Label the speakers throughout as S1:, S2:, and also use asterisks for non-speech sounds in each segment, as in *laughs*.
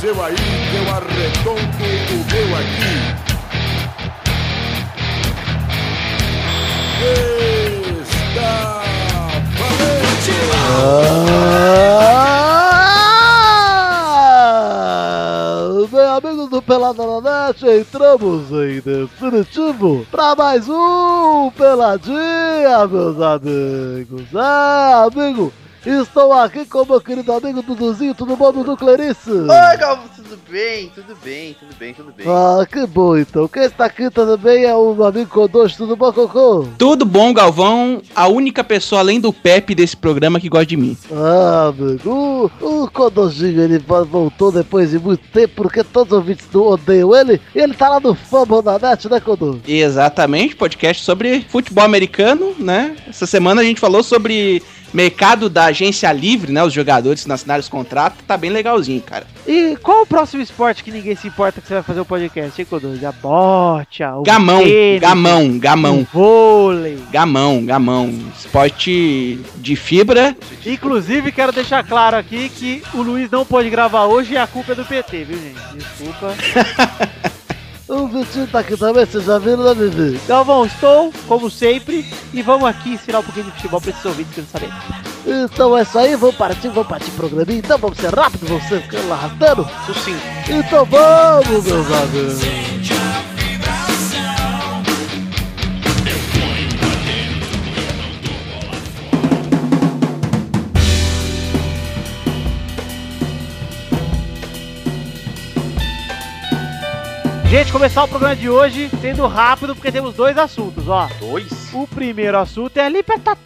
S1: seu aí, eu arredondo o meu aqui. Está valente!
S2: Ah! Bem, amigos do Pelada na Net, entramos em definitivo para mais um Peladinha, meus amigos. Ah, amigo, estou aqui com meu querido amigo Duduzinho, tudo bom, Dudu Clarice?
S3: Oi, Galvão, tudo bem? Tudo bem, tudo bem, tudo bem.
S2: Ah, que bom então. Quem está aqui também é o amigo Kodoshi, tudo bom, Cocô?
S4: Tudo bom, Galvão? A única pessoa além do Pepe desse programa que gosta de mim.
S2: Ah, amigo, o, o Codojinho ele vo- voltou depois de muito tempo, porque todos os ouvintes do odeiam ele, e ele tá lá no Fumble da net, né, Codô?
S4: Exatamente, podcast sobre futebol americano, né? Essa semana a gente falou sobre mercado da agência livre, né? Os jogadores que assinaram os contratos, tá bem legalzinho, cara.
S5: E qual o próximo esporte que ninguém se importa que você vai fazer o podcast, hein, Codô? A bocha, o
S4: Gamão,
S5: tênis,
S4: gamão,
S5: o
S4: gamão.
S5: vôlei.
S4: Gamão, gamão. Esporte de fibra.
S5: Inclusive, quero deixar claro aqui que o Luiz não pôde gravar hoje e a culpa é do PT, viu, gente? Desculpa.
S2: O Vitinho tá aqui também, vocês já viram, né, Vivi?
S5: Galvão, estou, como sempre, e vamos aqui ensinar um pouquinho de futebol pra esses ouvintes que não sabem.
S2: Então é isso aí, vamos partir, vamos partir pro programinha, então vamos ser rápido, vamos ser ficando lá arrastando.
S3: Sucinto.
S2: Então vamos, meus amigos.
S5: Gente, começar o programa de hoje sendo rápido, porque temos dois assuntos, ó.
S3: Dois?
S5: O primeiro assunto é Libertadores.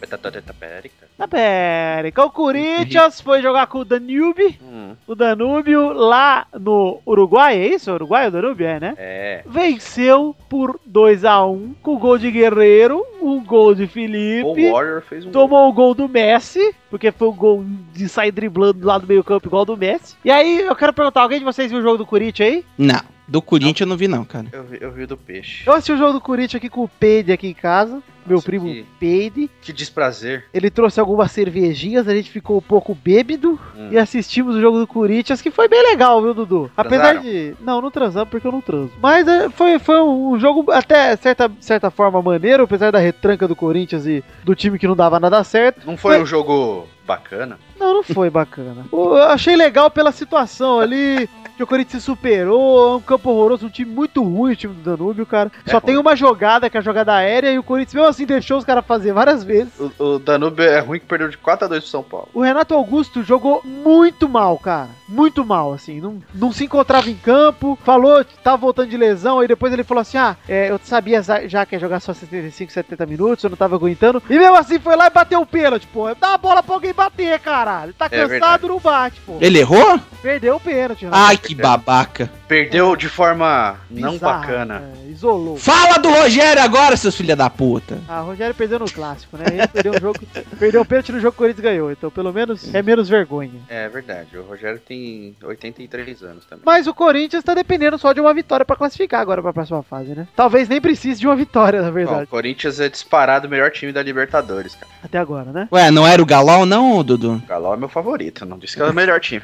S3: Petatatatapérica.
S5: Tá América. O Corinthians foi jogar com o Danúbio,
S3: Hum,
S5: o Danúbio lá no Uruguai, é isso? Uruguai, o Danúbio é, né?
S3: é.
S5: Venceu por 2 a 1 com gol de Guerreiro, um gol de
S3: O
S5: Felipe.
S3: Warrior fez um.
S5: Tomou o gol do Messi, porque foi um gol de sair driblando lá do meio-campo igual do Messi. E aí, eu quero perguntar, alguém de vocês viu o jogo do Corinthians aí?
S4: Não, do Corinthians eu não vi, não, cara.
S3: Eu vi, eu vi o do peixe.
S5: Eu assisti o jogo do Corinthians aqui com o Peide aqui em casa, meu
S3: Nossa,
S5: primo
S3: que-
S5: Peide.
S3: Que desprazer.
S5: Ele trouxe algumas cervejinhas, a gente ficou um pouco bêbado
S3: Hum.
S5: e assistimos o jogo do Corinthians, que foi bem legal, viu, Dudu? Apesar
S3: Transaram?
S5: de. Não, não transamos porque eu não transo. Mas é, foi, foi um jogo até certa, certa forma maneiro, apesar da retranca do Corinthians e do time que não dava nada certo.
S3: Não foi
S5: Mas-
S3: um jogo bacana?
S5: Não, não foi bacana. O- Eu achei legal pela situação ali. Que o Corinthians se superou, é um campo horroroso, um time muito ruim, o time do Danúbio, cara.
S3: É
S5: Só
S3: ruim.
S5: tem uma jogada, que é a jogada aérea, e o Corinthians mesmo assim deixou os caras fazer várias vezes.
S3: O, o Danúbio é ruim que perdeu de 4 a 2 pro São Paulo.
S5: O Renato Augusto jogou muito mal, cara. Muito mal, assim. Não, não se encontrava em campo. Falou que tava voltando de lesão. Aí depois ele falou assim: Ah, é, eu sabia za- já que ia jogar só 75, 70 minutos. Eu não tava aguentando. E mesmo assim foi lá e bateu o pênalti, pô. Dá a bola pra alguém bater, caralho. Tá cansado,
S3: É verdade.
S5: não bate, pô.
S4: Ele errou?
S5: Perdeu o pênalti. né? Renato.
S4: Ai, que babaca.
S3: Perdeu de forma não
S5: Bizarro,
S3: bacana.
S5: é, isolou.
S4: Fala do Rogério agora, seus filha da puta.
S5: Ah, o Rogério perdeu no clássico, né? Ele perdeu o jogo. Perdeu o pênalti no jogo que o Corinthians ganhou. Então, pelo menos, é menos vergonha.
S3: É verdade. O Rogério tem 83 anos também.
S5: Mas o Corinthians tá dependendo só de uma vitória pra classificar agora pra próxima fase, né? Talvez nem precise de uma vitória, na
S3: Bom, o
S5: verdade,
S3: Corinthians é disparado o melhor time da Libertadores, cara.
S5: até agora, né?
S4: Ué, não era o Galol, não, Dudu?
S3: O Galol é meu favorito. Não disse que é o melhor time.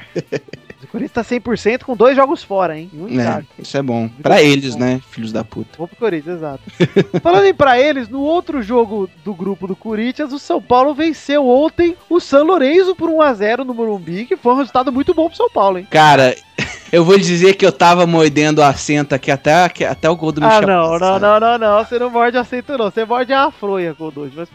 S5: O Corinthians tá 100% com dois jogos fora, hein? E Um
S4: É,
S5: empate.
S4: isso é bom. Pra eles, né, filhos da puta.
S5: Vou pro Corinthians, exato. *laughs* Falando em pra eles, no outro jogo do grupo do Corinthians, o São Paulo venceu ontem o São Lourenço por 1x0 no Morumbi, que foi um resultado muito bom pro São Paulo, hein?
S4: Cara, *laughs* eu vou dizer que eu tava mordendo a senta aqui até, que- até o gol do
S5: Ah,
S4: Michel.
S5: não, não,
S4: passar.
S5: não, não, não. Você não morde aceito, não. Você morde a fronha com o dois, mas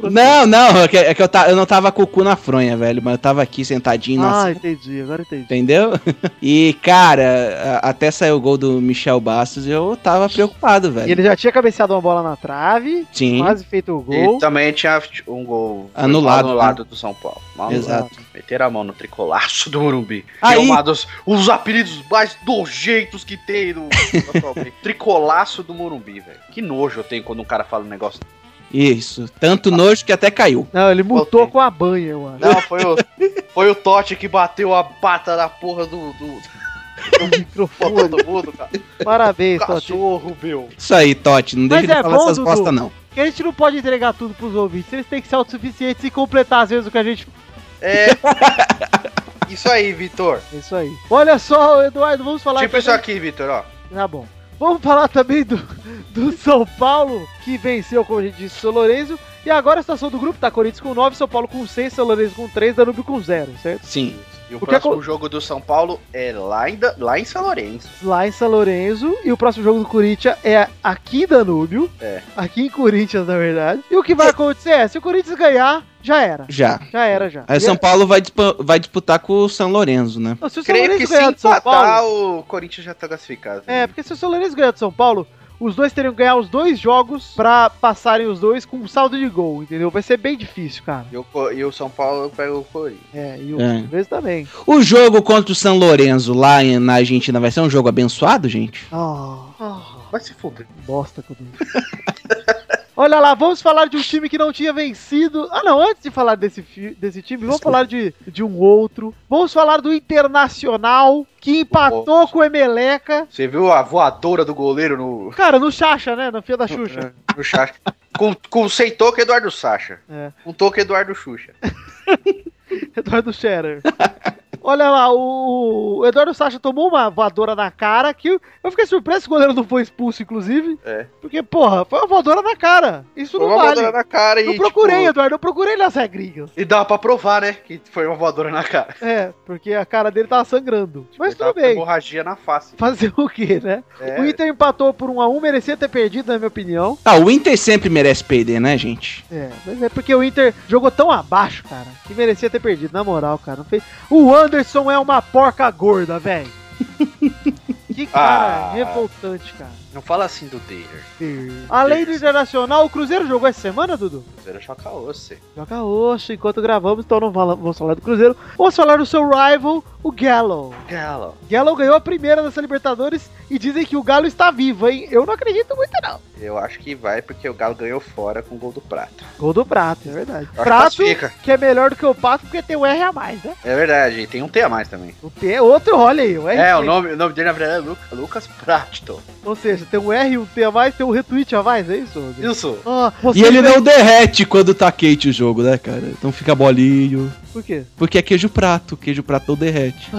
S4: Não,
S5: Ah,
S4: não, é que, é que eu, ta- eu não tava com o cu na fronha, velho, mas eu tava aqui sentadinho na
S5: Ah,
S4: senta,
S5: entendi, agora entendi.
S4: entendeu? *laughs* E, cara, a- até sair o gol do Michel Bastos, eu tava preocupado, velho.
S5: E ele já tinha cabeceado uma bola na trave,
S4: Sim,
S5: quase feito o gol.
S3: E também tinha um gol
S4: Anulado,
S3: anulado né? do São Paulo. Mal
S5: né?
S4: exato.
S3: Meteram a mão no tricolaço do Morumbi.
S4: Aí-
S3: Que é uma dos os apelidos mais nojeitos que tem no
S5: *laughs*
S3: atualmente. Tricolaço do Morumbi, velho. Que nojo eu tenho quando um cara fala um negócio.
S4: Isso, tanto nojo que até caiu.
S5: Não, ele multou
S3: Voltei.
S5: com a banha, eu acho.
S3: Não, foi o, *laughs* foi o Totti que bateu a pata da porra do. do...
S5: O microfone.
S3: Todo mundo, cara.
S5: Parabéns, Totti.
S3: Cachorro, meu.
S4: Isso aí, Totti, não deixa
S5: Mas
S4: ele
S5: é
S4: falar
S5: bom,
S4: essas
S5: Dudu.
S4: bosta, não.
S5: Porque a gente não pode entregar tudo pros ouvintes. Eles têm que ser autossuficientes e completar, às vezes, o que a gente.
S3: É. Isso aí, Vitor.
S5: É isso aí. Olha só, Eduardo, vamos falar
S3: Tipo
S5: também-
S3: isso aqui, Vitor, ó.
S5: Tá bom. Vamos falar também do, do São Paulo, que venceu, como a gente disse, o São Lourenço. E agora a situação do grupo tá Corinthians com 9, São Paulo com 6, São Lourenço com 3, Danúbio com 0, certo?
S4: Sim.
S3: E o,
S5: O que
S3: próximo
S5: acon-
S3: jogo do São Paulo é lá em, Dan- lá em São Lourenço.
S5: Lá em São Lourenço. E o próximo jogo do Corinthians é aqui em Danúbio.
S3: É.
S5: Aqui em Corinthians, na verdade. E o que vai acontecer é, se o Corinthians ganhar, já era.
S4: Já.
S5: Já era, já.
S4: Aí
S5: E
S4: São Paulo vai, dispa- vai disputar com o São Lourenço, né?
S5: é- se o São
S3: Creio que
S5: Lourenço
S3: se
S5: ganhar do São Paulo...
S3: empatar, o Corinthians já tá classificado.
S5: É, porque se o São Lourenço ganhar do São Paulo, os dois teriam que ganhar os dois jogos pra passarem os dois com um saldo de gol, entendeu? Vai ser bem difícil, cara.
S3: E o, Co- e o São Paulo pega o Corinthians.
S5: É, e o
S4: É.
S5: Palmeiras também.
S4: O jogo contra o São Lourenço lá em- na Argentina vai ser um jogo abençoado, gente?
S5: Ah, ah,
S3: Vai se fuder.
S5: bosta que eu dou. *laughs* Olha lá, vamos falar de um time que não tinha vencido. Ah, não, antes de falar desse, fi- desse time, vamos falar de, de um outro. Vamos falar do Internacional, que empatou com o Emeleca.
S3: Você viu a voadora do goleiro no,
S5: Cara, no Chacha, né? Na
S3: *laughs*
S5: fia da Xuxa.
S3: no Chacha? Com, com sem toque, Eduardo Sacha.
S5: É.
S3: Com toque, Eduardo Xuxa.
S5: Eduardo Scherer. Olha lá, o o Eduardo Sacha tomou uma voadora na cara que eu fiquei surpreso que o goleiro não foi expulso, inclusive.
S3: É.
S5: Porque, porra, foi uma voadora na cara. Isso
S3: Foi
S5: não
S3: uma
S5: vale.
S3: voadora na cara e.
S5: Não procurei,
S3: tipo,
S5: Eduardo, eu procurei nas regrinhas.
S3: E dá pra provar, né? Que foi uma voadora na cara.
S5: É, porque a cara dele tava sangrando. Mas
S3: Tipo, Ele tava
S5: tudo
S3: com
S5: bem.
S3: Hemorragia na face.
S5: Fazer o quê, né?
S3: É.
S5: O Inter empatou por 1 a 1 merecia ter perdido, na minha opinião.
S4: Ah, o Inter sempre merece perder, né, gente?
S5: É, mas é porque o Inter jogou tão abaixo, cara, que merecia ter perdido, na moral, cara. Não fez... O Anderson é uma porca gorda, velho.
S3: *laughs*
S5: que cara
S3: Ah.
S5: revoltante, cara.
S3: Não fala assim do Taylor.
S5: Além do Internacional, o Cruzeiro jogou essa semana, Dudu?
S3: Era Chacaoce.
S5: Joga osso enquanto gravamos, então não fala- vamos falar do Cruzeiro. Vamos falar do seu rival, o Galo.
S3: Galo.
S5: Galo ganhou a primeira dessa Libertadores e dizem que o Galo está vivo, hein? Eu não acredito muito, não.
S3: Eu acho que vai porque o Galo ganhou fora com o gol do Prata.
S5: Gol do Prato, é verdade.
S3: que tá
S5: Prato,
S3: classifica.
S5: que é melhor do que o Pato porque tem o R a mais, né?
S3: É verdade, tem um T a mais também.
S5: O T é outro role aí, o R.
S3: É, o nome, o nome dele na verdade é Luca- Lucas Prato.
S5: Ou seja, tem um R, um T a mais, tem um retweet a mais, é isso? Rodrigo?
S3: Isso.
S5: Ah, você
S4: E ele
S5: vê-
S4: não derrete quando tá quente o jogo, né, cara? Então fica bolinho.
S5: Por quê?
S4: Porque é queijo prato, queijo prato não derrete.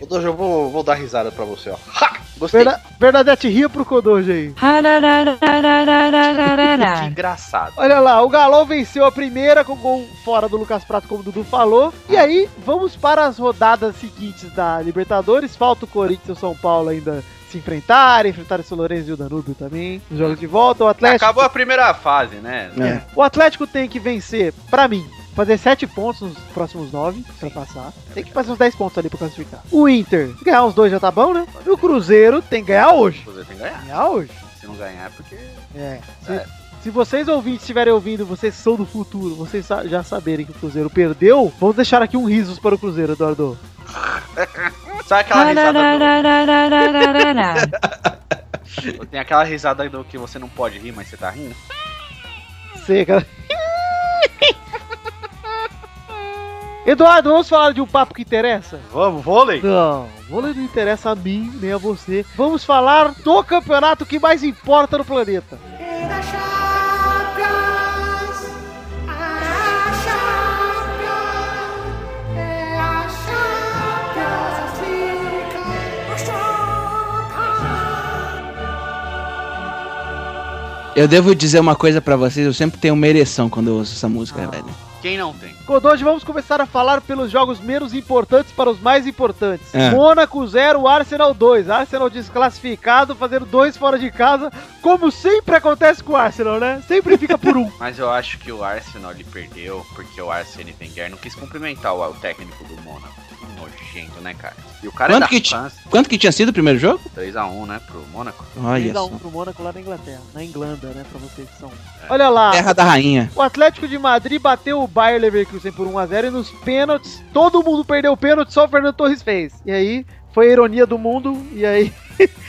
S3: Kodojo, eu vou, vou dar risada pra você, ó. Ha! Gostei.
S5: Verda... Bernadette ria pro Kodoji aí.
S3: Que
S6: Ha-ra-ra-ra-ra-ra-ra-ra.
S3: engraçado.
S5: Olha lá, o Galol venceu a primeira com gol fora do Lucas Prato, como o Dudu falou. E aí, vamos para as rodadas seguintes da Libertadores. Falta o Corinthians e o São Paulo ainda se enfrentarem, enfrentar o São Lourenço e o Danúbio também. Nos jogos de volta, o Atlético...
S3: Acabou a primeira fase, né?
S4: É.
S5: O Atlético tem que vencer, pra mim, fazer 7 pontos nos próximos 9 pra passar. Tem que fazer uns 10 pontos ali pra classificar. O Inter, se ganhar uns dois já tá bom, né? E o Cruzeiro tem que ganhar hoje.
S3: Você tem que ganhar.
S5: Ganhar hoje.
S3: Se não ganhar, é porque.
S5: É.
S3: É.
S5: Se, se vocês ouvintes estiverem ouvindo, vocês são do futuro, vocês sa- já saberem que o Cruzeiro perdeu, vamos deixar aqui um risos para o Cruzeiro, Eduardo.
S3: Sabe aquela risada
S6: Ha-ra-ra-ra-ra-ra-ra-ra.
S3: do... Tem aquela risada do que você não pode rir, mas você tá rindo?
S5: Você, *laughs* cara. Eduardo, vamos falar de um papo que interessa?
S3: Vamos, vôlei!
S5: Não, vôlei não interessa a mim nem a você. Vamos falar do campeonato que mais importa no planeta.
S4: Eu devo dizer uma coisa pra vocês, eu sempre tenho uma ereção quando eu ouço essa música,
S2: Ah.
S4: velho.
S3: Quem não tem?
S5: Kodoji, vamos começar a falar pelos jogos menos importantes para os mais importantes.
S4: É.
S5: Mônaco 0, Arsenal 2. Arsenal desclassificado, fazendo dois fora de casa, como sempre acontece com o Arsenal, né? Sempre fica por um.
S3: Mas eu acho que o Arsenal ele perdeu porque o Arsene Wenger não quis cumprimentar o, o técnico do Mônaco. Que nojento, né, cara? E o cara
S4: Quanto
S3: é da
S4: que ti-
S3: França,
S4: Quanto que tinha sido o primeiro jogo?
S3: 3x1, né, pro Mônaco.
S4: *laughs* Olha
S5: 3 a 1
S4: só.
S5: pro Mônaco lá na Inglaterra. Na Inglanda, né? Pra vocês que são. Olha lá.
S4: Terra da Rainha.
S5: O Atlético de Madrid bateu o Bayer Leverkusen por 1x0 e nos pênaltis, todo mundo perdeu o pênalti, só o Fernando Torres fez. E aí, foi a ironia do mundo, e aí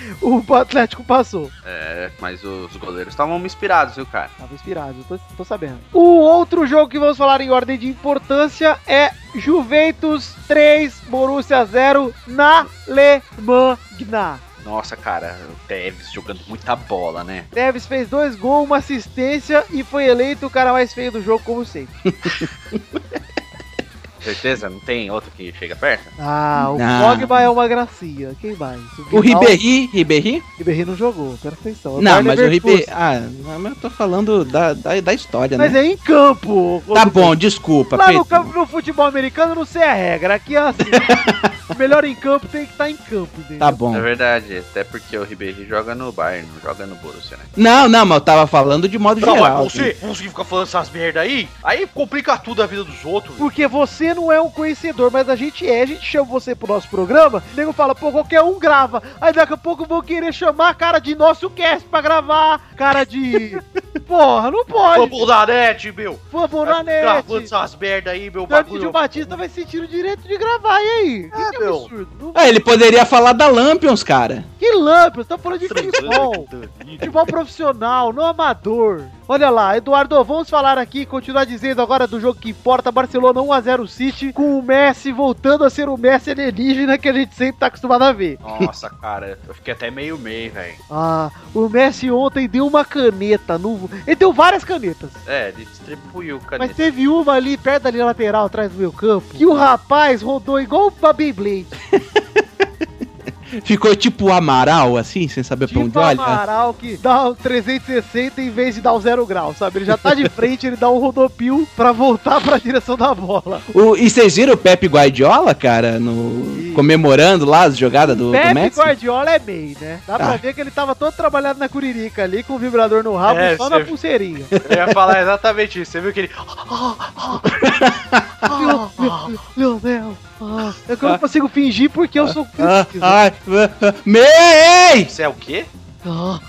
S5: *laughs* o Atlético passou.
S3: É, mas os goleiros estavam inspirados, viu, cara?
S5: Tava inspirado, eu tô, tô sabendo. O outro jogo que vamos falar em ordem de importância é Juventus 3, Borussia 0, na Alemanha.
S3: Nossa, cara, o Tevez jogando muita bola, né?
S5: Neves fez dois gols, uma assistência e foi eleito o cara mais feio do jogo, como sempre.
S3: Certeza? Não tem outro que chega perto?
S2: Ah, o
S4: Não.
S2: Pogba é uma gracia. Quem mais?
S4: O
S2: Bilbao-
S4: Ribéry, Ribéry?
S2: O Ribéry não jogou, perfeição.
S4: Não,
S2: Bayern
S4: mas o
S2: Leverkusen.
S4: Ribéry... Ah, não, mas eu tô falando da, da, da história,
S2: Mas
S4: né?
S2: é em campo.
S4: Tá bom, desculpa,
S2: Lá no,
S4: Pedro.
S2: campo, no futebol americano não sei a regra. Aqui é assim.
S4: *laughs*
S2: o melhor em campo tem que estar em campo. Dele.
S4: Tá
S3: É
S4: bom.
S3: verdade, até porque o Ribeirinho joga no Bayern, não joga no Borussia, né?
S4: Não, não, mas eu tava falando de modo
S3: Não, mas
S4: geral.
S3: você, você que fica falando essas merda aí, aí complica tudo a vida dos outros.
S2: Porque você não é um conhecedor, mas a gente é. A gente chama você pro nosso programa. O nego fala, pô, qualquer um grava. Aí daqui a pouco vão querer chamar a cara de nosso cast pra gravar. Cara de. Porra, não pode.
S3: Vamos na net, meu!
S2: Vamos na
S3: Tá Gravando
S2: net.
S3: essas merda aí, meu
S2: Danilo
S3: bagulho.
S2: Batista vai sentir o direito de gravar. E aí?
S3: É,
S2: que
S3: meu.
S2: absurdo. Não-
S4: Ah, ele poderia falar da Lampions, cara.
S2: Que lâmpadas, estão falando de futebol.
S3: Danilo.
S2: Futebol profissional, não amador. Olha lá, Eduardo, vamos falar aqui, continuar dizendo agora do jogo que importa, Barcelona 1x0 City, com o Messi voltando a ser o Messi alienígena que a gente sempre tá acostumado a ver.
S3: Nossa, cara, eu fiquei até meio meio, velho.
S2: Ah, o Messi ontem deu uma caneta no... Ele deu várias canetas.
S3: É, ele distribuiu, cara.
S2: Mas teve uma ali perto da linha lateral, atrás do meu campo, que o rapaz rodou igual uma Beyblade.
S4: Ficou tipo Amaral, assim, sem saber pra onde
S2: Tipo
S4: olha.
S2: Amaral que dá o 360 em vez de dar o zero grau, sabe? Ele já tá de frente, ele dá um rodopio pra voltar pra direção da bola.
S4: O, e vocês viram o Pepe Guardiola, cara, no, comemorando lá as jogadas do, do
S2: Pepe
S4: Messi?
S2: Guardiola é meio, né? Dá pra
S4: Ah.
S2: ver que ele tava todo trabalhado na curirica ali, com o vibrador no rabo,
S3: É,
S2: só na
S3: você-
S2: *laughs* pulseirinha.
S3: Eu ia falar exatamente isso, você viu que ele.
S2: Meu- meu- Leonel, ah, é que eu não consigo fingir porque eu sou... né?
S4: Ah, ai, ah, ah, Mei!
S3: Você é o quê?
S2: Ah.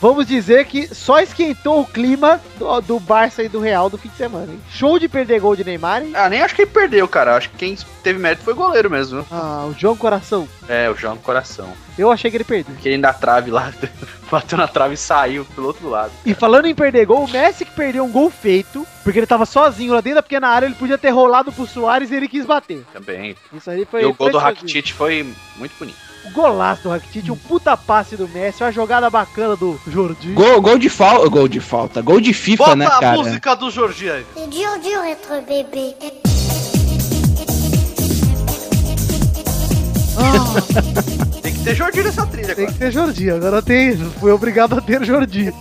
S2: Vamos dizer que só esquentou o clima do, do Barça e do Real do fim de semana, hein? Show de perder gol de Neymar, hein?
S3: Ah, nem acho que ele perdeu, cara. Acho que quem teve mérito foi o goleiro mesmo.
S2: Ah, o João Coração.
S3: É, o João Coração.
S2: Eu achei que ele perdeu.
S3: Querendo da trave lá, *laughs* bateu na trave e saiu pelo outro lado.
S2: E falando em perder gol, o Messi que perdeu um gol feito, porque ele tava sozinho lá dentro da pequena área, ele podia ter rolado pro Soares e ele quis bater.
S3: Também.
S2: Isso aí foi.
S3: E o
S2: foi
S3: gol do
S2: sozinho.
S3: Rakitic foi muito bonito.
S2: O golaço do Rakitic, um puta passe do Messi, uma jogada bacana do Jordi.
S4: Gol, gol de falta, gol de falta, gol de FIFA, né, cara?
S3: do Jordi aí.
S7: C'est dur, dur être bébé.
S2: Ah,
S3: Tem que ter Jordi nessa trilha
S2: tem
S3: agora.
S2: que ter Jordi, agora tem. Fui obrigado a ter Jordi.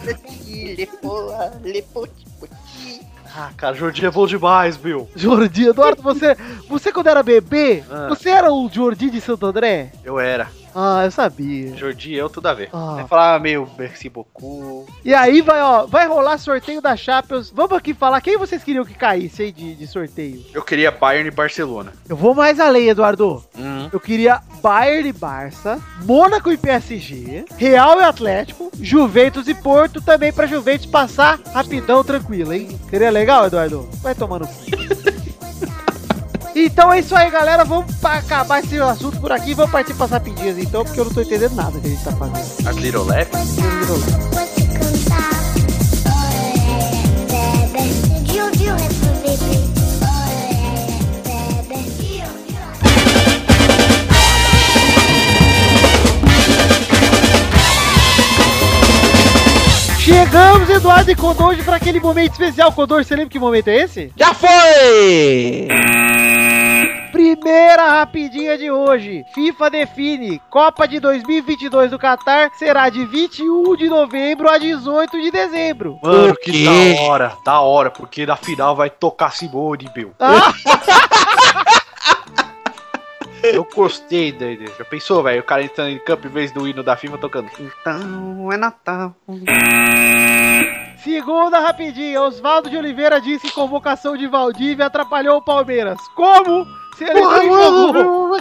S3: Ah, cara, Jordi é bom demais, Bill.
S2: Jordi, Eduardo, você. Você quando era bebê,
S3: Ah.
S2: você era o Jordi de Santo André?
S3: Eu era.
S2: Ah, eu sabia.
S3: Jordi e eu, tudo a ver.
S2: Ah.
S3: Eu falava meio Merci beaucoup.
S2: E aí vai, ó, vai rolar sorteio da Champions. Vamos aqui falar quem vocês queriam que caísse aí de, de sorteio.
S3: Eu queria Bayern e Barcelona.
S2: Eu vou mais além, Eduardo.
S3: Uhum.
S2: Eu queria Bayern e Barça, Mônaco e PSG, Real e Atlético, Juventus e Porto também pra Juventus passar rapidão, tranquilo, hein? Seria legal, Eduardo? Vai tomar no cu. Então é isso aí, galera. Vamos pa- acabar esse assunto por aqui. Vamos partir pras rapidinhas, então, porque eu não tô entendendo nada que a gente tá fazendo.
S3: As Little Lab.
S7: C'est dur, dur être bébé.
S2: Chegamos, Eduardo e Codorge, pra aquele momento especial. Codorge, você lembra que momento é esse?
S4: Já foi!
S2: Primeira rapidinha de hoje. FIFA define. Copa de 2022 do Catar será de 21 de novembro a 18 de dezembro.
S3: Mano,
S4: O
S3: que
S4: quê?
S3: da hora, da hora, porque na final vai tocar Simone, Bill.
S2: Ah,
S3: *laughs* Eu gostei dele. Já pensou, velho? O cara entrando em campo em vez do hino da FIFA tocando. Então é Natal.
S2: segunda rapidinha. Oswaldo de Oliveira disse que convocação de Valdívia atrapalhou o Palmeiras. Como? Se ele nem jogou.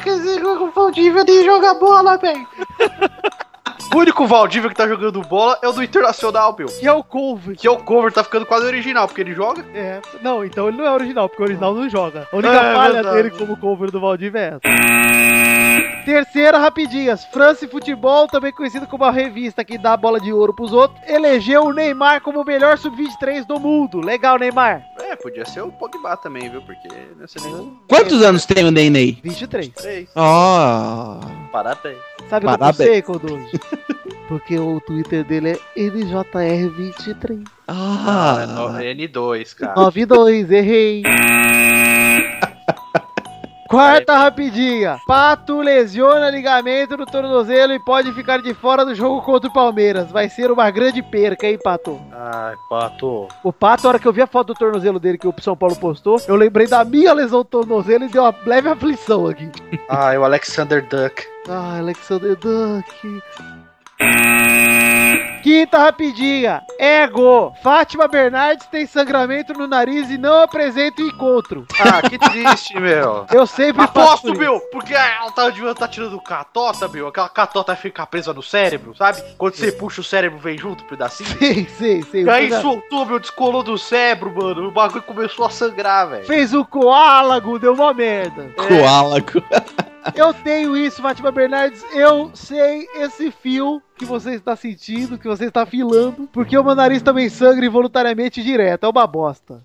S3: O único Valdívia que tá jogando bola é o do Internacional, Bill.
S2: Que é o Couve.
S3: Que é o cover, tá ficando quase original, porque ele joga.
S2: É, não, então ele não é original, porque o original não joga. A única
S3: É,
S2: falha
S3: verdade.
S2: dele como cover do Valdívia é essa. Terceira, rapidinhas. França e Futebol, também conhecido como a revista que dá a bola de ouro pros outros, elegeu o Neymar como o melhor sub-23 do mundo. Legal, Neymar.
S3: É, podia ser o Pogba também, viu? Porque nessa nem
S4: Quantos anos tem o Nenei?
S2: 23.
S3: três.
S4: Ó.
S3: Parabéns.
S2: Sabe o que eu não
S4: Ah, Parabéns.
S5: *laughs*
S2: sei, Coduz? Porque o Twitter dele é NJR23.
S3: Ah, é no- é N2, cara.
S2: 92, errei.
S5: Quarta rapidinha. Pato lesiona ligamento no tornozelo e pode ficar de fora do jogo contra o Palmeiras. Vai ser uma grande perca, hein, Pato?
S3: Ai, pato.
S5: O Pato, a hora que eu vi a foto do tornozelo dele que o São Paulo postou, eu lembrei da minha lesão do tornozelo e deu uma leve aflição aqui.
S3: Ai, Ah, é o Alexander Duck.
S5: Ah, Alexander Duck. Quinta rapidinha. Ego. Fátima Bernardes tem sangramento no nariz e não apresenta o encontro.
S3: Ah, que triste, *laughs* meu.
S5: Eu sempre faço
S3: Aposto,
S5: *laughs* isso.
S3: meu, porque ela tá, tá tirando catota, meu. Aquela catota fica presa no cérebro, sabe? Quando você puxa o cérebro, vem junto um *laughs* pedacinho.
S5: Sei, sei, sei.
S3: E aí
S5: Fez a-
S3: soltou, meu, descolou do cérebro, mano. O bagulho começou a sangrar, velho.
S5: Fez o coálago, deu uma merda.
S4: Koala. co-
S5: Eu tenho isso, Fátima Bernardes. Eu sei esse fio que você está sentindo, que você está filando, porque o meu nariz também sangra involuntariamente direto. É uma bosta.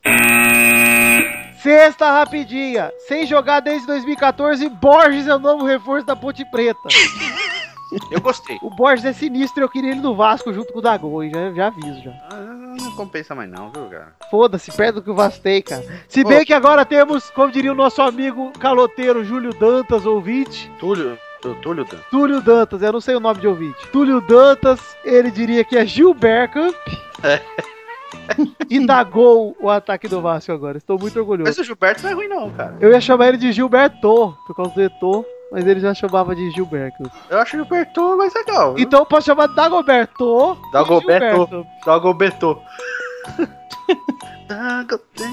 S5: Sexta rapidinha. Sem jogar desde 2014, Borges é o novo reforço da Ponte Preta.
S3: Eu gostei.
S5: O Borges é sinistro e eu queria ele no Vasco junto com o Dagon, hein? já, já aviso já.
S3: Ah, Não compensa mais não, viu, cara?
S5: Foda-se, perto do que o Vasco tem, cara. Se bem que agora temos, como diria o nosso amigo caloteiro Júlio Dantas, ouvinte,
S3: Túlio, Tú- Túlio Dan.
S5: Túlio Dantas, eu não sei o nome de ouvinte. Túlio Dantas, ele diria que é Gilberto. *laughs* e dá gol o ataque do Vasco agora. Estou muito orgulhoso.
S3: Mas o Gilberto não é ruim não, cara.
S5: Eu ia chamar ele de Gilberto, por causa do Eto, mas ele já chamava de Gilberto.
S3: Eu acho o Gilberto mais legal. viu?
S5: Então eu posso chamar Dagoberto. e
S3: Dagoberto.
S5: Gilberto.
S3: Dagobetô. *laughs* Dagobetô.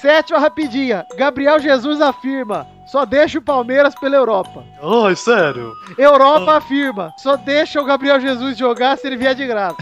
S5: Sétima rapidinha. Gabriel Jesus afirma. Só deixa o Palmeiras pela Europa.
S3: Ai,
S4: é-
S3: sério?
S5: Europa afirma. Só deixa o Gabriel Jesus jogar se ele vier de graça.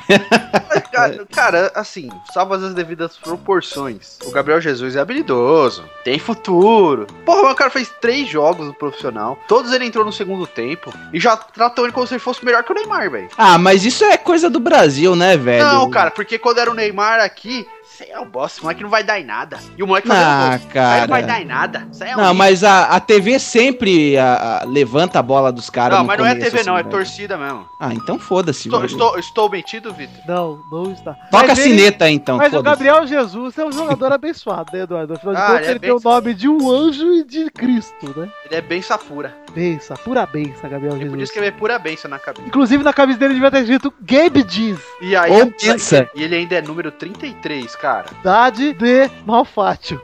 S3: Cara, cara, assim, salvas as devidas proporções. O Gabriel Jesus é habilidoso, tem futuro. Porra, mas o cara fez três jogos no profissional, todos ele entrou no segundo tempo e já tratou ele como se ele fosse melhor que o Neymar, velho.
S4: Ah, mas isso é coisa do Brasil, né, velho?
S3: Não, cara, porque quando era o Neymar aqui, você é o boss, esse moleque não vai dar em nada. E o moleque
S4: Ah,
S3: fazendo gol. Aí não vai
S4: cara.
S3: dar em nada. Isso aí é
S4: Não,
S3: horrível.
S4: mas a, a TV sempre a- a- levanta a bola dos caras.
S3: Não,
S4: no
S3: mas não é
S4: começo,
S3: TV, não,
S4: assim,
S3: é
S4: velho.
S3: torcida mesmo.
S4: Ah, então foda-se.
S3: Estou,
S4: velho.
S3: estou, estou mentindo, Vitor?
S5: Não, não está.
S4: Toca a
S5: Mas ele-
S4: sineta aí, então.
S5: Mas o
S4: foda-se.
S5: Gabriel Jesus é um jogador abençoado, né, Eduardo? Afinal de
S3: Ah,
S5: contas,
S3: ele é
S5: ele tem o
S3: bem-
S5: nome de um anjo e de Cristo, né?
S3: Ele é benção pura.
S5: Bença, pura bença, Gabriel
S3: Ele podia
S5: Jesus.
S3: escrever pura benção na cabeça.
S5: Inclusive, na camisa dele devia ter escrito Gabe Diz,
S3: E aí, é
S4: Ou pensa.
S3: e ele ainda é número 33, cara.
S5: idade de Malfátio.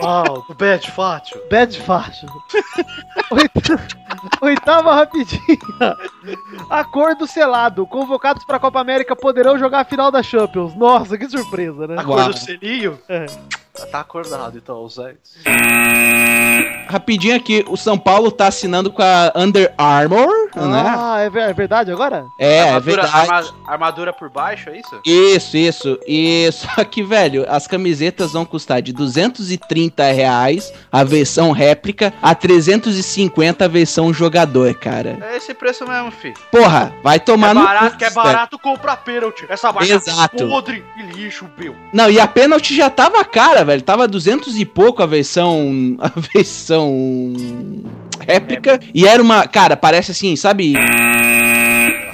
S3: Uau, o Bad Fátio.
S5: Bad *laughs* Fátio. Oit- Oitava rapidinha. Acordo selado. Convocados para a Copa América poderão jogar a final da Champions. Nossa, que surpresa, né?
S3: A cor
S4: Uau.
S3: do selinho?
S5: É.
S3: Tá acordado, então, Zé.
S4: Rapidinho aqui, o São Paulo tá assinando com a Under Armour, né?
S5: Ah, é ver- é verdade agora?
S4: É, é
S3: armadura,
S4: verdade.
S3: arma- armadura por baixo, é isso?
S4: Isso, isso. *laughs* E só que, velho, as camisetas vão custar de 230 reais a versão réplica a 350 a versão jogador, cara.
S3: É esse preço mesmo, fi.
S4: Porra, vai tomar
S3: é
S4: no
S3: barato,
S4: cu,
S3: que é
S4: velho.
S3: barato comprar pênalti. Essa baixa é
S4: Exato.
S3: podre e lixo, meu.
S4: Não, e a pênalti já tava cara, velho. Tava 200 e pouco a versão. *laughs* A versão. réplica. E era uma. Cara, parece assim, sabe?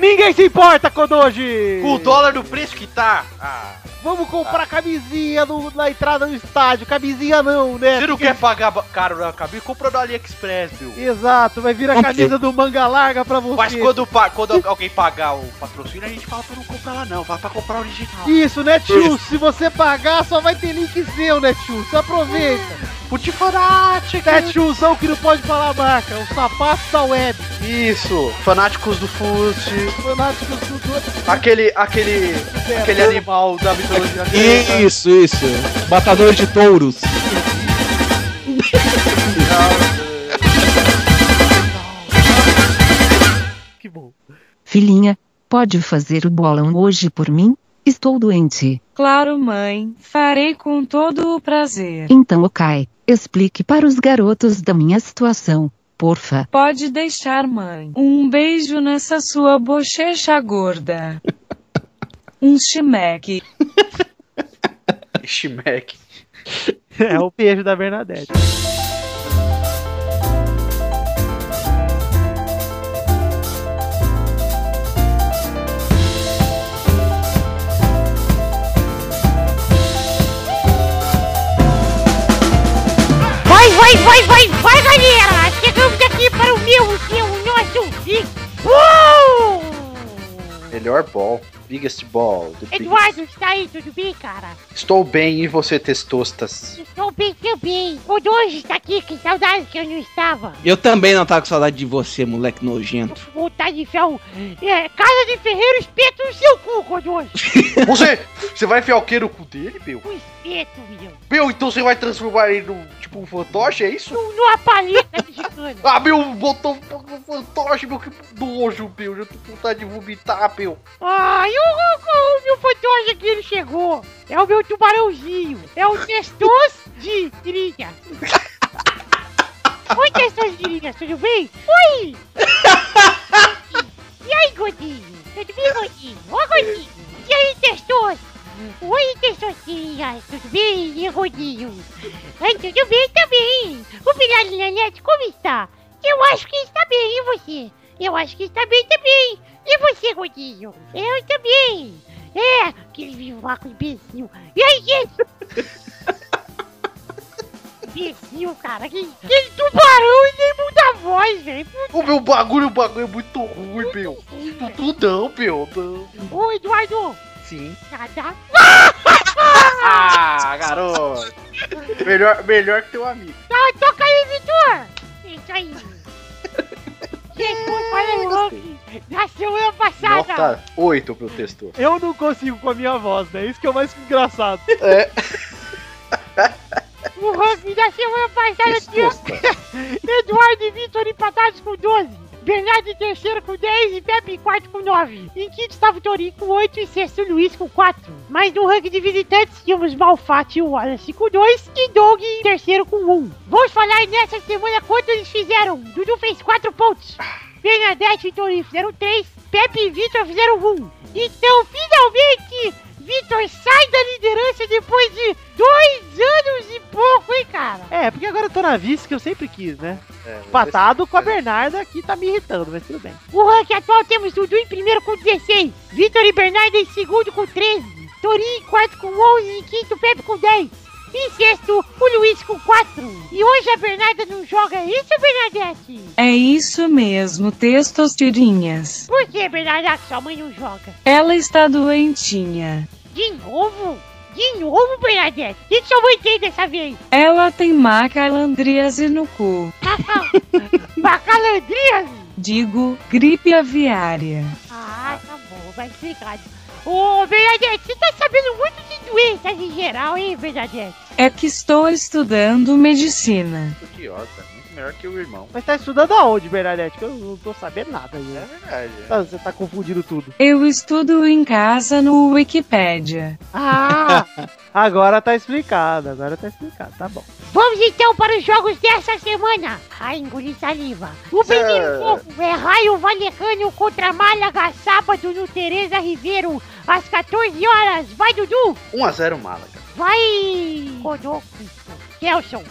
S5: Ninguém se importa, Kodoji!
S3: Com o dólar do preço que tá. Ah,
S5: Vamos comprar camisinha no- na entrada do estádio. Camisinha não, né?
S3: você não quer pagar ba- caro na cabeça? Compra no AliExpress, meu.
S5: Exato, vai vir a
S4: Comprei.
S5: camisa do manga larga pra você.
S3: Mas quando, pa- quando alguém pagar o patrocínio, a gente fala pra não comprar lá, não. Vai pra comprar original.
S5: Isso, né, tio? Se você pagar, só vai ter link seu, né, tio? Você aproveita.
S3: Putifanático!
S5: É tiozão que não pode falar a marca. O sapato da web.
S3: Isso! Fanáticos do Fute.
S5: Fanático do- do-
S3: Aquele. aquele. aquele animal da mitologia grega.
S4: Isso, isso. Matador de touros.
S5: Que bom.
S8: Filhinha, pode fazer o bolão hoje por mim? Estou doente.
S9: Claro, mãe, farei com todo o prazer.
S8: Então, ok, explique para os garotos da minha situação, porfa.
S9: Pode deixar, mãe. Um beijo nessa sua bochecha gorda. Um chimeque.
S3: Shimek.
S5: É o beijo da Bernadette.
S7: Vai, vai, vai, galera! Chegamos aqui para o meu, o seu, o nosso Big Ball!
S3: Melhor ball. Biggest ball. the biggest.
S7: Eduardo, está aí, tudo bem, cara?
S3: Estou bem e você, testostas?
S7: Estou bem também. O Doge está aqui, que saudade que eu não estava.
S4: Eu também não tava com saudade de você, moleque nojento.
S7: Vontade de enfiar o... É, casa de ferreiro, espeto no seu cu, Godoji!
S3: *laughs* Você, você vai enfiar o que no cu dele, meu?
S7: Um espeto, meu!
S3: Meu, então você vai transformar ele num, tipo, um fantoche, é isso?
S7: Num- Numa paleta mexicana!
S3: Ah, meu, botou um pouco no fantoche, meu, que nojo, meu. Eu tô com vontade de vomitar, meu.
S7: Ah, e o, o, o meu fantoche aqui, ele chegou! É o meu tubarãozinho! É o Testos de Tirinha! Oi, Testos de Tirinha, tudo bem? Oi! E aí, Godinho? Tudo bem, Godinho? Ô, Godinho! E aí, Testos? Oi, Testosinha, tudo bem? E aí, Godinho? Ai, tudo bem também! O Pilarinha Net, como está? Eu acho que está bem, e você? Eu acho que está bem também! E você, Godinho? Eu também! É, aquele vivaco imbecil! E aí, gente? *laughs* imbecil, cara! Aquele, aquele tubarão e nem muda a voz, velho!
S3: O meu bagulho, o bagulho é muito ruim, meu. Tudo não, meu. Não.
S7: Ô, Eduardo!
S3: Sim.
S7: Nada!
S3: Ah, garoto. Melhor, melhor que teu amigo.
S7: Tá, toca aí, Vitor! Isso aí! Chegou
S3: *laughs*
S7: para o Loki na semana passada!
S3: Nota 8 pro texto.
S5: Eu não consigo com a minha voz, né? Isso que é o mais engraçado.
S7: *laughs* O ranking da semana passada tinha *laughs* Eduardo e Vitor empatados com 12. Bernardo em terceiro com 10 e Pepe em quarto com 9. Em quinto estava o Torinho com 8 e sexto o Luiz com 4. Mas no ranking de visitantes tínhamos Malfatti e o Wallace com 2 e Doug em terceiro com 1. Vamos falar nessa semana quanto eles fizeram. Dudu fez 4 pontos. Bernadette e Torinho fizeram 3. Pepe e Vitor fizeram 1. Então finalmente Vitor sai da liderança depois de dois anos e pouco, hein, cara?
S5: É, porque agora eu tô na vice que eu sempre quis, né?
S3: É,
S5: Empatado com a Bernarda que tá me irritando, mas tudo bem.
S7: O ranking atual temos Dudu em primeiro com 16, Vitor e Bernardo em segundo com 13, Torinho em quarto com 11 e quinto Pepe com 10. Em sexto, o Luiz com 4. E hoje a Bernarda não joga é isso, Bernadette?
S9: É isso mesmo, textos tirinhas.
S7: Por que, Bernarda, que sua mãe não joga?
S9: Ela está doentinha.
S7: De novo? De novo, Bernadette? O que que sua mãe tem dessa vez?
S9: Ela tem macalandríase no cu.
S7: Bacalandrias?
S9: Digo, gripe aviária.
S7: Ah, tá bom, vai obrigado. Ô, Bernadette, você tá sabendo muito de doenças em geral, hein, Bernadette?
S9: É que estou estudando medicina.
S3: Idiota, muito melhor que o irmão.
S5: Mas tá estudando aonde, Bernadette? Que eu não tô sabendo nada aí,
S3: É
S5: né?
S3: verdade.
S5: Tá- Você tá confundindo tudo.
S9: Eu estudo em casa no Wikipédia.
S5: Ah! agora tá explicado, agora tá explicado, tá bom.
S7: Vamos então para os jogos dessa semana. Ai, engoli saliva. O primeiro jogo é Raio Valecano contra Málaga, sábado no Tereza Ribeiro, às 14 horas. Vai, Dudu!
S3: 1x0 Málaga.
S7: Vai! Godoco. Kelson.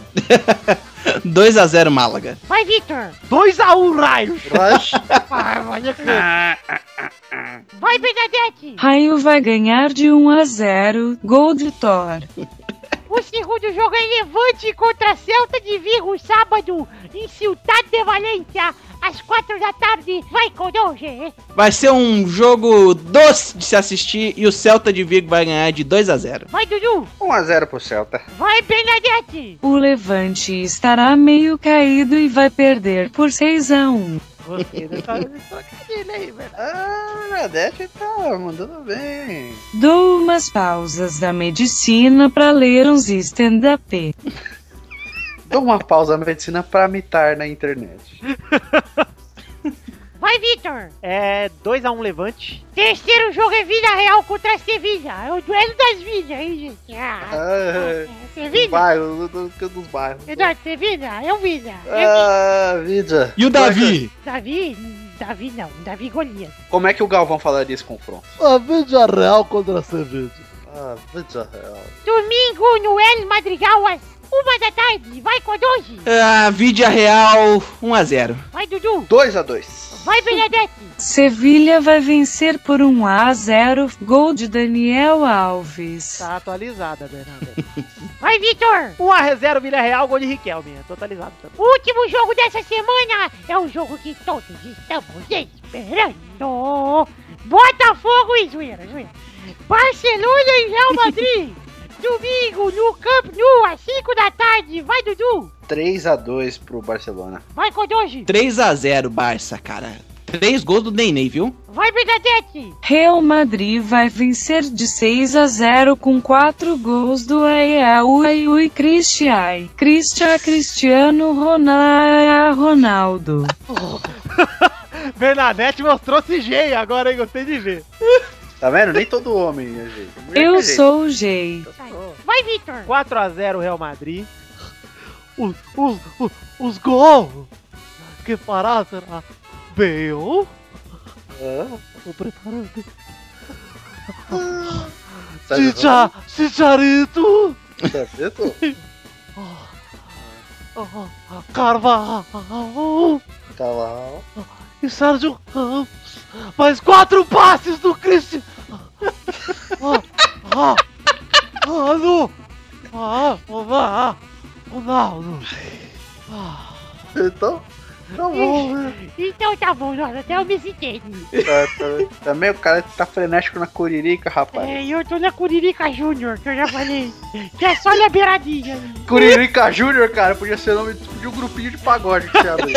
S4: 2x0 Málaga.
S7: Vai, Victor!
S5: 2x1, raio!
S7: Vai, Bernadette!
S9: Raio vai ganhar de 1 a 0, gol de Thor.
S7: O segundo jogo é Levante contra Celta de Vigo, sábado, em Ciudad de Valência, às 4 da tarde. Vai, Godoge!
S4: Vai ser um jogo doce de se assistir e o Celta de Vigo vai ganhar de 2x0.
S7: Vai, Dudu!
S3: 1x0 pro Celta.
S7: Vai, Bernadette!
S9: O Levante estará meio caído e vai perder por 6 a 1.
S5: Você
S3: *laughs*
S5: né? tá de sacanagem aí, velho.
S3: Ah, Bernadette tá mandando bem.
S9: Dou umas pausas da medicina para ler uns stand-up.
S3: Dou uma pausa na medicina pra mitar na internet.
S7: Vai, Victor!
S5: É 2x1 levante.
S7: Terceiro jogo é Vila Real contra Sevilha. É o duelo das vilhas, hein, gente? Ah,
S3: Ah,
S7: é
S3: dos
S7: Sevilha?
S3: bairros, do- do- dos bairros.
S7: Eduardo, Sevilha? É o Vila. É
S3: Ah, vida.
S4: E o Davi?
S7: o Davi? Davi não, Davi Golias.
S3: Como é que o Galvão falaria esse confronto?
S2: A
S5: é
S2: vídeo real contra a cerveja.
S3: Ah, vida real.
S7: Domingo no El Madrigal às Uma da tarde. Vai, Codonji.
S4: Ah, vídeo real 1x0.
S7: Vai, Dudu.
S3: 2x2.
S7: Vai, Benedete.
S9: Sevilha vai vencer por 1 a 0, gol de Daniel Alves.
S5: Tá atualizada, Bernardo.
S7: *laughs* Vai, Vitor.
S5: 1x0 Vila Real, gol de Riquelme. Tô atualizado também.
S7: O último jogo dessa semana é um jogo que todos estamos esperando. Botafogo e zoeira, zoeira. Barcelona e Real
S5: *laughs*
S7: Madrid. Domingo no Camp Nou às 5 da tarde. Vai, Dudu.
S3: 3x2 pro Barcelona.
S7: Vai, Codonji.
S4: 3x0, Barça, cara. Três gols do Nenê, viu?
S7: Vai, Benedete.
S9: Real Madrid vai vencer de 6 a 0 com 4 gols do Ayaú e Cristiai. Cristian Cristiano Ronaldo. Ronaldo.
S5: Bernadette mostrou se jeito agora, hein? Gostei de ver.
S3: Tá vendo? Nem todo homem, é gente. Mulher que é
S9: Eu
S3: gente.
S9: sou o Jay.
S7: Vai, Vitor.
S5: 4x0 Real Madrid. Os, os, os, os gols que fará será meu.
S3: Hã?
S5: Tô preparando.
S3: Tá
S5: Chicha, Chicharito.
S3: Tá vendo?
S5: ah, Carvalho
S3: Tá Calma.
S5: e Sérgio Ramos. Mais quatro passes do Cristian.
S7: *laughs*
S5: Ah, ah, ah, não. Ah, ah, ah, Ronaldo. Ah,
S3: *laughs* Então, tá bom, né?
S7: Então tá bom, nós até eu me citei.
S3: Tá- tá- Também o cara tá frenético na curirica, rapaz.
S7: É, eu tô na Curirica Júnior, que eu já falei. Que é só na beiradinha.
S3: Curirica Júnior, cara, podia ser o nome de um grupinho de pagode que você *laughs* abriu.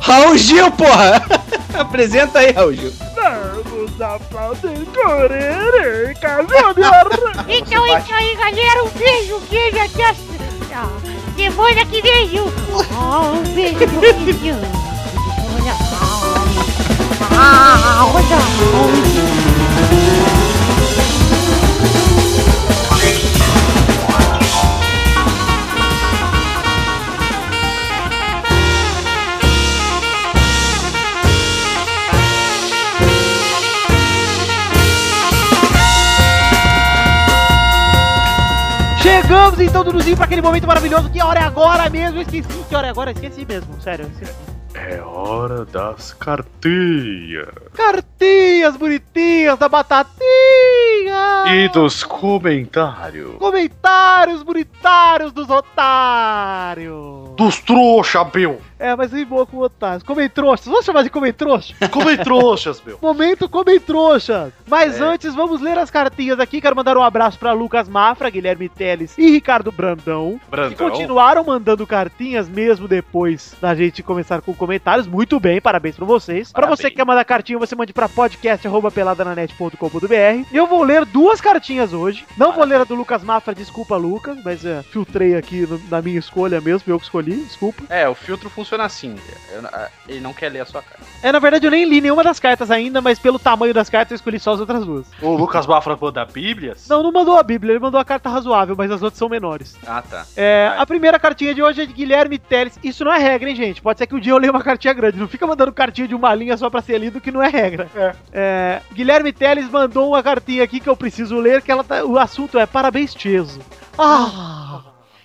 S4: Raul Gil, porra! *laughs* Apresenta aí, Raul Gil.
S7: Então é isso aí, galera. Um beijo, um queijo, até a ah, semana que vem, viu? Ah, um beijo, um queijo. Olha, ah, olha, olha.
S5: Chegamos então, Duduzinho, pra aquele momento maravilhoso. Que hora é agora mesmo? Eu esqueci. Que hora é agora? Eu esqueci mesmo. Sério, eu esqueci.
S1: É hora das cartinhas
S5: Cartinhas bonitinhas da batatinha.
S1: e dos comentários.
S5: Comentários bonitários dos otários.
S1: Dos trouxa, meu!
S5: É, mas rimou com otários. Comentroxas. Vamos chamar de comentroxas?
S1: Comem trouxas, meu!
S5: Momento comentroxas. Mas
S3: É.
S5: antes, vamos ler as cartinhas aqui. Quero mandar um abraço pra Lucas Mafra, Guilherme Teles e Ricardo Brandão. Que
S1: Brandão,
S5: continuaram mandando cartinhas mesmo depois da gente começar com comentários. Muito bem, parabéns pra vocês. Pra
S3: Parabéns.
S5: você que quer mandar cartinha, você mande pra podcast@peladananet.com.br. Eu vou ler duas cartinhas hoje. Não vou ler a do Lucas Mafra, desculpa Lucas, mas é, filtrei aqui no- na minha escolha mesmo, eu que escolhi, desculpa.
S3: É, o filtro funciona assim. eu- a- ele não quer ler a sua cara.
S5: É, na verdade eu nem li nenhuma das cartas ainda, mas pelo tamanho das cartas eu escolhi só as outras duas.
S1: o Lucas Bafra manda bíblias?
S5: Não, não mandou a Bíblia, ele mandou a carta razoável, mas as outras são menores.
S3: Ah, tá.
S5: É, a primeira cartinha de hoje é de Guilherme Teles. Isso não é regra, hein, gente? Pode ser que um dia eu leia uma cartinha grande. Não fica mandando cartinha de uma linha só pra ser lido, que não é regra. É, Guilherme Teles mandou uma cartinha aqui que eu preciso ler, que ela tá- o assunto é Parabéns, Teso. Ah!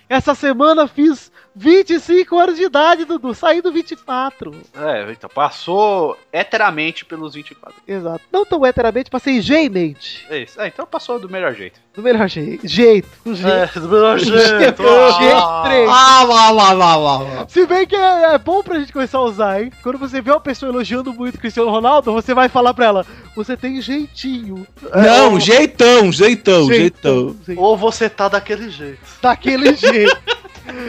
S5: Essa semana fiz 25 anos de idade, Dudu. Saí do 24.
S3: É, então, passou heteramente pelos 24.
S5: Exato. Não tão heteramente, passei geimente.
S3: É isso. É, então passou do melhor jeito.
S5: Do melhor jeito. Jeito. Do jeito.
S1: É, do melhor
S5: *laughs*
S1: jeito!
S5: Jeito
S1: ah.
S5: três.
S4: Ah, lá, lá, lá, lá, lá.
S5: Se bem que é, é bom pra gente começar a usar, hein? Quando você vê uma pessoa elogiando muito o Cristiano Ronaldo, você vai falar pra ela: você tem jeitinho.
S4: Não, jeitão, jeitão, jeitão.
S5: jeito.
S1: Ou você tá daquele jeito.
S5: Daquele *laughs* jeito.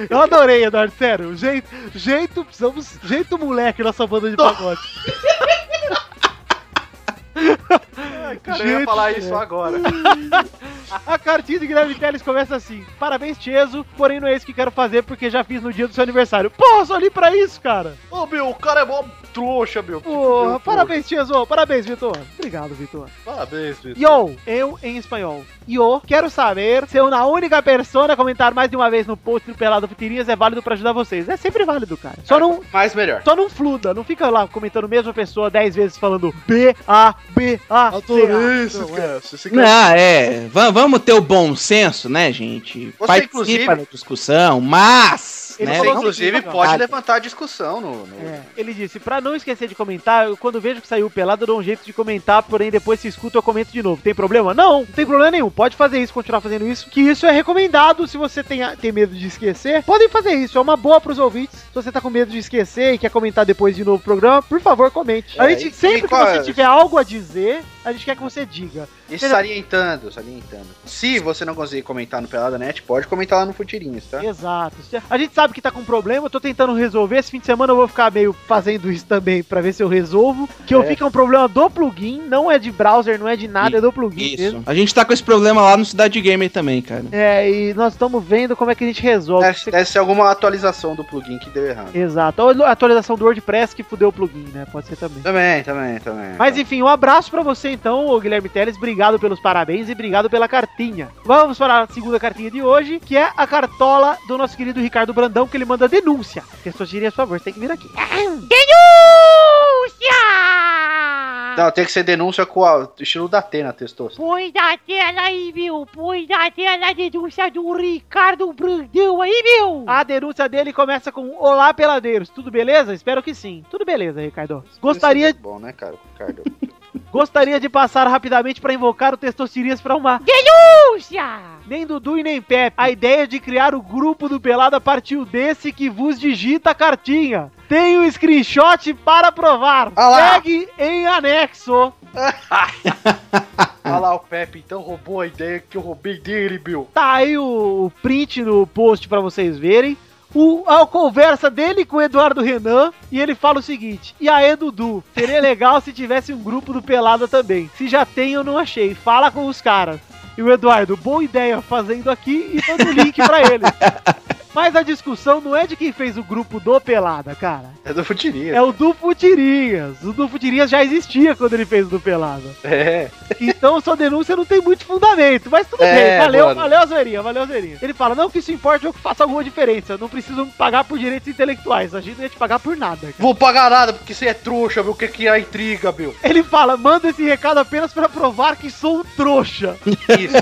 S5: Eu adorei, Eduardo, sério. Jeito, jeito, precisamos. Jeito moleque nossa banda de pagode.
S1: Cara, eu ia
S5: Jeito
S1: falar
S5: moleque.
S1: isso agora.
S5: A cartinha de Guilherme Teles começa assim: Parabéns, Tieso, porém não é isso que quero fazer porque já fiz no dia do seu aniversário. Porra, só li pra isso, cara.
S1: Ô, meu, o cara é mó trouxa, meu.
S5: Porra,
S1: Meu,
S5: parabéns, Tieso. Parabéns, Vitor. Obrigado, Vitor.
S1: Parabéns, Vitor.
S5: Yo, eu em espanhol. Yo, quero saber se eu, na única persona, comentar mais de uma vez no post do Pelado Fitirinhas é válido pra ajudar vocês. É sempre válido, cara. Só não,
S3: Mais melhor.
S5: só não fluda, não fica lá comentando a mesma pessoa dez vezes falando B, A, é. B, A, C, A.
S1: Adorei isso, cara. Se você quer
S4: Não, é. Vamos vamos ter o bom senso, né, gente?
S3: Você, inclusive-
S4: Participa da discussão, mas.
S5: Ele
S4: né,
S3: Você,
S5: falou
S4: não-
S3: inclusive,
S5: não-
S3: pode
S4: nada.
S3: levantar a discussão no. no-
S5: É, Ele disse, pra não esquecer de comentar, eu, quando vejo que saiu pelado, eu dou um jeito de comentar, porém depois se escuta, eu comento de novo. Tem problema? Não, não tem problema nenhum. Pode fazer isso, continuar fazendo isso, que isso é recomendado. Se você tem, tem medo de esquecer, podem fazer isso. É uma boa pros ouvintes. Se você tá com medo de esquecer e quer comentar depois de novo o programa, por favor, comente.
S3: É,
S5: a gente,
S3: e-
S5: sempre
S3: e
S5: que
S3: qual
S5: você
S3: é?
S5: tiver algo a dizer, a gente quer que você diga.
S3: E salientando, salientando. Se você não conseguir comentar no Pelada Net, pode comentar lá no Futirinhas, tá?
S5: Exato. A gente sabe que tá com problema, eu tô tentando resolver. Esse fim de semana eu vou ficar meio fazendo isso também pra ver se eu resolvo. Que eu
S3: É.
S5: vi que é um problema do plugin, não é de browser, não é de nada, é do plugin
S4: Isso.
S5: mesmo.
S4: A gente tá com esse problema lá no Cidade Gamer também, cara.
S5: É, e nós estamos vendo como é que a gente resolve.
S3: Deve, deve ser alguma atualização do plugin que deu errado.
S5: Exato. Ou a atualização do WordPress que fudeu o plugin, né? Pode ser também.
S3: Também, também, também.
S5: Mas enfim, um abraço pra você então, ô Guilherme Teles. Obrigado pelos parabéns e obrigado pela cartinha. Vamos para a segunda cartinha de hoje, que é a cartola do nosso querido Ricardo Brandão, que ele manda denúncia. Testosterinha, por favor, você tem que vir aqui.
S7: Denúncia!
S3: Não, tem que ser denúncia com a- o estilo da Atena, testou. é
S7: Põe na tela aí, meu! Põe na tela a denúncia do Ricardo Brandão aí, meu!
S5: A denúncia dele começa com Olá, peladeiros, tudo beleza? Espero que sim. Tudo beleza, Ricardo. Gostaria,
S3: Isso é bom, né, cara? *laughs* Ricardo?
S5: gostaria de passar rapidamente para invocar o Testosterinhas para uma.
S7: Denúncia!
S5: Nem Dudu e nem Pepe. A ideia de criar o grupo do Pelada partiu desse que vos digita a cartinha. Tenho um screenshot para provar.
S3: Ah lá.
S5: Pegue em anexo.
S3: Olha lá o Pepe, então roubou a ideia que eu roubei dele, Bill.
S5: Tá aí o print no post pra vocês verem. O, a conversa dele com o Eduardo Renan e ele fala o seguinte: E aí, Dudu, seria legal se tivesse um grupo do Pelada também. Se já tem, eu não achei. Fala com os caras. E o Eduardo, boa ideia, fazendo aqui e dando o link pra ele. Mas a discussão não é de quem fez o grupo do Pelada, cara.
S3: É do Futirinha.
S5: *laughs* É o do Futirinhas. O do Futirinhas já existia quando ele fez o do Pelada.
S3: É.
S5: Então sua denúncia não tem muito fundamento, mas tudo
S3: É,
S5: bem, valeu,
S3: mano.
S5: valeu a zoeirinha, valeu a zoeirinha. Ele fala, não que isso importe ou que faça alguma diferença, não precisam me pagar por direitos intelectuais, a gente não ia te pagar por nada. cara.
S3: Vou pagar nada porque você é trouxa, viu? O que, que é a intriga, Bill?
S5: Ele fala, manda esse recado apenas pra provar que sou um
S3: *laughs*
S5: trouxa.
S3: Isso.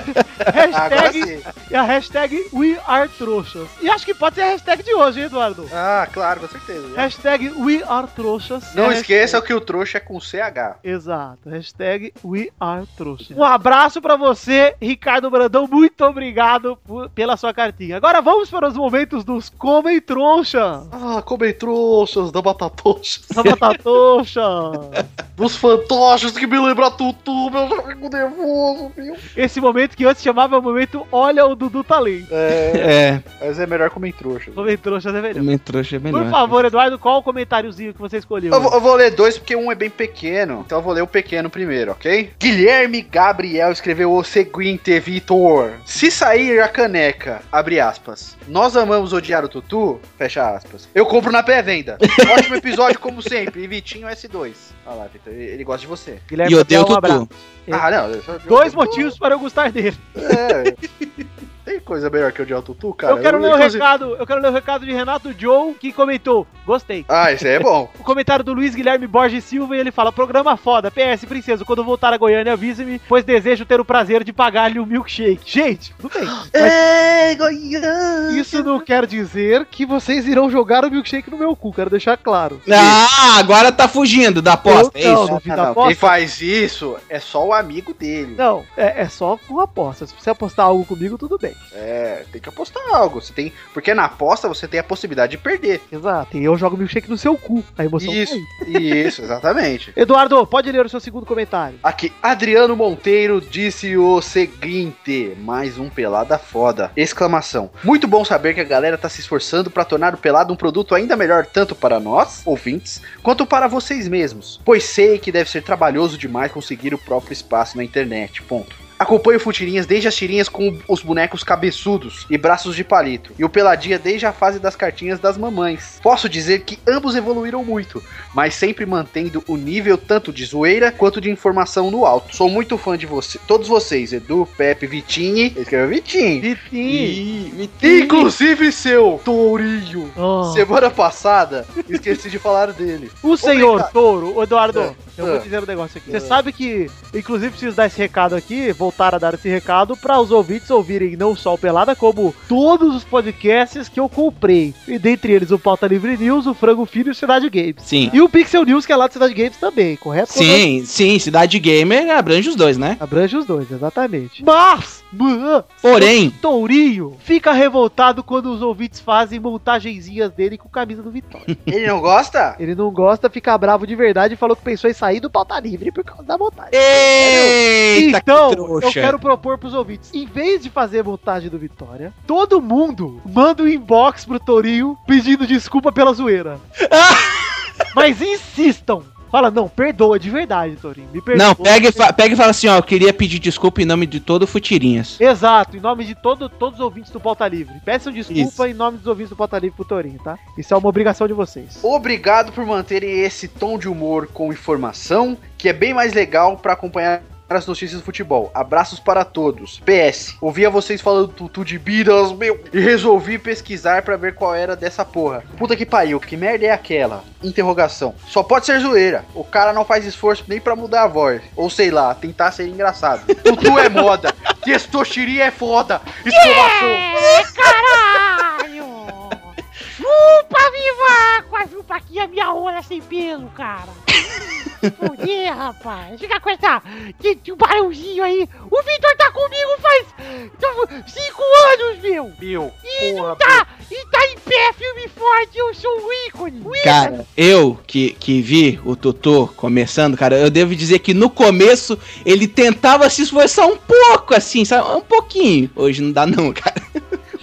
S3: Agora
S5: Hashtag,
S3: sim.
S5: e a hashtag We Are Trouxas. E acho que pode ser a hashtag de hoje, hein, Eduardo?
S3: Ah, claro, com certeza. né?
S5: Hashtag We Are Trouxas.
S3: Não
S5: É a
S3: esqueça que o trouxa é com CH.
S5: Exato. Hashtag We Are Trouxa. Um abraço pra você, Ricardo Brandão. Muito obrigado por- pela sua cartinha. Agora vamos para os momentos dos Comem Trouxa. tá
S3: Ah, comem trouxas da batatoxa.
S5: Da Batatouxa.
S3: Dos fantoches que me lembra tutu, meu, eu já fico nervoso, Bill.
S5: Esse momento que antes chamava o momento Olha o Dudu Talento.
S3: É,
S4: É,
S3: mas é melhor comer trouxa.
S5: Comem Trouxa é melhor.
S4: também trouxa é melhor.
S5: Por favor, Eduardo, qual o comentáriozinho que você escolheu?
S3: Eu, vou- eu vou ler dois porque um é bem pequeno. Então eu vou ler o pequeno primeiro, ok? Guilherme Gabriel escreveu o seguinte, Vitor. Se sair a caneca, abre aspas. Nós amamos odiar o Tutu, fecha aspas. Eu compro na
S5: *laughs*
S3: pré-venda. Ótimo episódio, como sempre. E Vitinho S2. Olha lá, Vitor. Ele, ele gosta de você.
S5: Guilherme
S4: E odeio o
S5: Gabriel, um abraço.
S4: Tutu.
S3: Ah, não. eu só-
S5: Dois motivos para eu gostar dele.
S3: É. *laughs* Tem coisa melhor que odiar o Tutu, cara?
S5: eu quero ler o
S3: inclusive-
S5: recado. Eu quero ler o recado de Renato Joe que comentou. Gostei.
S3: Ah, isso aí é bom.
S5: O comentário do Luiz Guilherme Borges Silva e ele fala: Programa foda, PS, princesa, quando eu voltar a Goiânia, avise-me, pois desejo ter o prazer de pagar-lhe um milkshake. Gente, tudo bem.
S3: É, Goiânia.
S5: Isso não quer dizer que vocês irão jogar o milkshake no meu cu, quero deixar claro.
S4: Ah, agora tá fugindo da aposta, é
S5: Eu- não,
S4: isso?
S5: não fiz *laughs* a
S3: Ah, Quem
S5: aposta.
S3: faz isso é só o amigo dele.
S5: Não, é, é só com aposta. Se você apostar algo comigo, tudo bem.
S3: É, tem que apostar algo. Você tem, porque na aposta você tem a possibilidade de perder.
S5: Exato. E eu jogo milkshake no seu cu. A emoção tá
S3: Isso,
S5: aí.
S3: isso, exatamente.
S5: Eduardo, pode ler o seu segundo comentário.
S3: Aqui, Adriano Monteiro disse o seguinte: mais um pelada foda! Exclamação. Muito bom saber que a galera tá se esforçando pra tornar o pelado um produto ainda melhor, tanto para nós, ouvintes, quanto para vocês mesmos. Pois sei que deve ser trabalhoso demais conseguir o próprio espaço na internet. Ponto. Acompanho o Futirinhas desde as tirinhas com os bonecos cabeçudos e braços de palito, e o Peladinha desde a fase das cartinhas das mamães. Posso dizer que ambos evoluíram muito, mas sempre mantendo o *laughs* nível tanto de zoeira quanto de informação no alto. Sou muito fã de você, todos vocês, Edu, Pepe, Vitinho, ele escreveu Vitinho,
S5: Vitinho.
S4: Ih, me tem-
S3: inclusive seu tourinho.
S5: Oh.
S3: Semana passada, esqueci de falar dele.
S5: *laughs* O senhor
S3: Obrigado.
S5: Touro, Eduardo, Eu vou dizer um negócio aqui. Você sabe que, inclusive, preciso dar esse recado aqui, voltar a dar esse recado para os ouvintes ouvirem não só o Pelada, como todos os podcasts que eu comprei. E dentre eles o Pauta Livre News, o Frango Filho e o Cidade Games.
S4: Sim.
S5: E o Pixel News, que é lá do Cidade Games também, correto?
S4: Sim, sim, Cidade Gamer abrange os dois, né?
S5: Abrange os dois, exatamente. Mas, mã,
S4: Porém,
S5: Tourinho fica revoltado quando os ouvintes fazem montagenzinhas dele com camisa do Vitória.
S3: Ele não gosta?
S5: Ele não gosta, fica bravo de verdade e falou que pensou em sair do pauta livre por causa da montagem.
S4: Eita,
S5: então,
S4: que
S5: eu
S4: trouxa.
S5: quero propor pros ouvintes, em vez de fazer montagem do Vitória, todo mundo manda um inbox pro Tourinho pedindo desculpa
S3: *laughs*
S5: pela zoeira. Mas insistam. Fala, não, perdoa de verdade, Tourinho. Me perdoa.
S4: Não, pega e, fa- pega e fala assim, ó, eu queria pedir desculpa em nome de todo o Futirinhas.
S5: Exato, em nome de todo, todos os ouvintes do Pauta Livre. Peçam desculpa
S4: Isso.
S5: em nome dos ouvintes do Pauta Livre pro Torinho, tá? Isso é uma obrigação de vocês.
S3: Obrigado por manterem esse tom de humor com informação, que é bem mais legal pra acompanhar as notícias do futebol. Abraços para todos. PS, ouvia vocês falando tutu de Beatles, meu, e resolvi pesquisar pra ver qual era dessa porra. Puta que pariu, que merda é aquela? Interrogação. Só pode ser zoeira. O cara não faz esforço nem pra mudar a voz. Ou sei lá, tentar ser engraçado.
S5: *laughs*
S3: Tutu é moda. Testosteria é foda. Exclamação.
S7: É, caralho! Chupa, viva! Quase chupa aqui a minha rola sem pelo, cara. Fuder, rapaz. Fica com essa... Que tubarãozinho aí. O Vitor tá comigo faz... Cinco anos, meu.
S3: Meu,
S7: E
S3: porra,
S7: não tá... E tá em pé, filme forte. Eu sou o
S5: um
S7: ícone. O ícone.
S4: Cara, eu que, que vi o Tutu começando, cara, eu devo dizer que no começo ele tentava se esforçar um pouco, assim, sabe? Um pouquinho. Hoje não dá não, cara.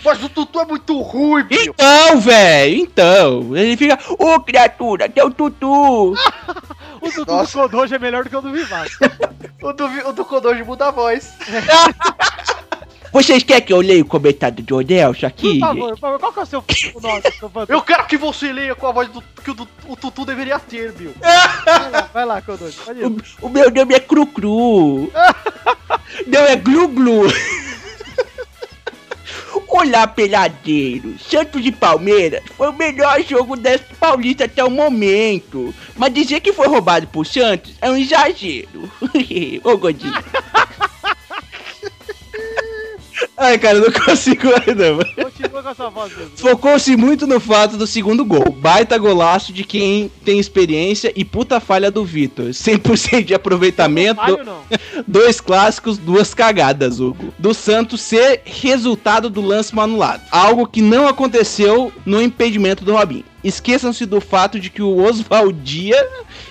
S3: Mas o Tutu é muito ruim, meu.
S4: Então, velho, então. Ele fica, ô criatura, que é o Tutu.
S5: Ah. O Dudu
S3: Nossa.
S5: do Kodoji é melhor do que o do Vivaço.
S3: O do, o do Kodoji muda a voz.
S4: Vocês querem que eu leia o comentário de Odelso
S5: Por
S4: aqui?
S5: favor, por favor, qual que é o seu o nome? seu fã?
S3: Eu quero que você leia com a voz do, que o, do- o Tutu deveria ter, meu.
S5: Vai lá, vai lá, Kodoji, pode ir.
S4: O meu nome é Cru Cru. Não é Glu Glu. *laughs* Olá, peladeiro. Santos e Palmeiras foi o melhor jogo deste Paulista até o momento. Mas dizer que foi roubado por Santos é um exagero. *laughs* Ô, Godinho. Ai, cara, eu não consigo ainda, mano.
S5: Continua com a sua voz mesmo.
S4: Focou-se muito no fato do segundo gol. Baita golaço de quem tem experiência e puta falha do Vitor. 100% de aproveitamento,
S5: Falho não.
S4: dois clássicos, duas cagadas, Hugo. Do Santos ser resultado do lance manulado. Algo que não aconteceu no impedimento do Robinho. Esqueçam-se do fato de que o Oswaldia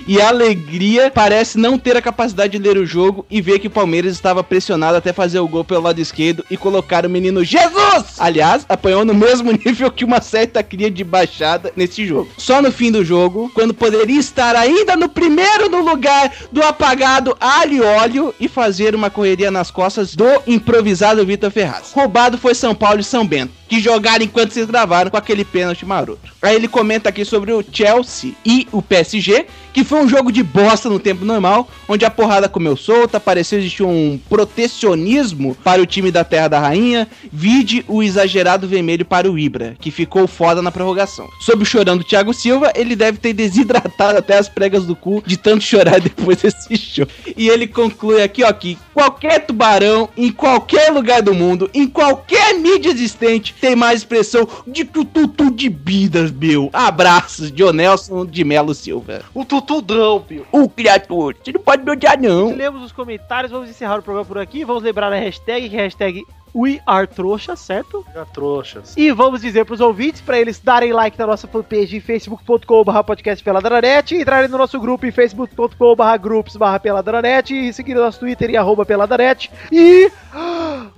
S4: e a Alegria parece não ter a capacidade de ler o jogo e ver que o Palmeiras estava pressionado até fazer o gol pelo lado esquerdo e colocar o menino Jesus! Aliás, apanhou no mesmo *laughs* nível que uma certa cria de baixada nesse jogo. Só no fim do jogo, quando poderia estar ainda no primeiro no lugar do apagado alho e óleo e fazer uma correria nas costas do improvisado Vitor Ferraz. Roubado foi São Paulo e São Bento, que jogaram enquanto vocês gravaram com aquele pênalti maroto. Aí ele comenta aqui sobre o Chelsea e o PSG, que foi um jogo de bosta no tempo normal, onde a porrada comeu solta, pareceu existir um protecionismo para o time da Terra da Rainha, vide o exagerado vermelho para o Ibra, que ficou foda na prorrogação. Sob o chorão do Thiago Silva, ele deve ter desidratado até as pregas do cu de tanto chorar *laughs* depois desse show. E ele conclui aqui, ó, que qualquer tubarão, em qualquer lugar do mundo, em qualquer mídia existente, tem mais expressão de tututu de bidas, meu. Abraços, Dionelson de Melo Silva.
S3: O Tutu não, meu.
S4: Ô, criatura, você não pode me odiar, não.
S5: Lemos os comentários, vamos encerrar o programa por aqui. Vamos lembrar a hashtag, que é a hashtag WeAreTrouxa, certo?
S10: Já trouxas.
S5: E vamos dizer pros ouvintes pra eles darem like na nossa fanpage em facebook.com.br podcastpeladranet, entrarem no nosso grupo em facebook.com.br grupos barra peladranet, e seguir o nosso Twitter em arroba peladranet e...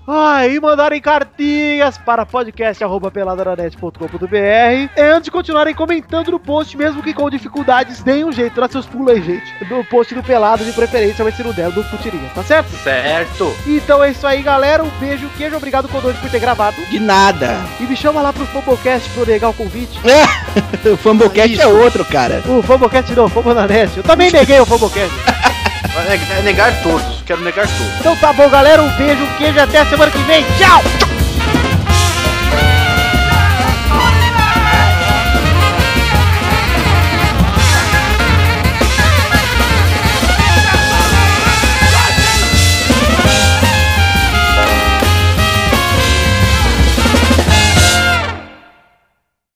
S5: Ah, e mandarem cartinhas para podcast.peladranet.com.br e antes de continuarem comentando no post, mesmo que com dificuldades, deem um jeito, dá seus pulos aí, gente. No post do Pelado, de preferência, mas se não der, do Futirinha, tá certo?
S10: Certo.
S5: Então é isso aí, galera. Um beijo, queijo, obrigado, Codone, por ter gravado.
S4: De nada. *laughs*
S5: E me chama lá pro Fumblecast pra eu negar o convite.
S4: O Fumblecast é outro, cara.
S5: O Fumblecast não, Fumblecast. Eu também neguei o Fumblecast.
S3: Vai neg- negar todos. Quero negar todos.
S5: Então tá bom, galera. Um beijo, um queijo e até a semana que vem. Tchau!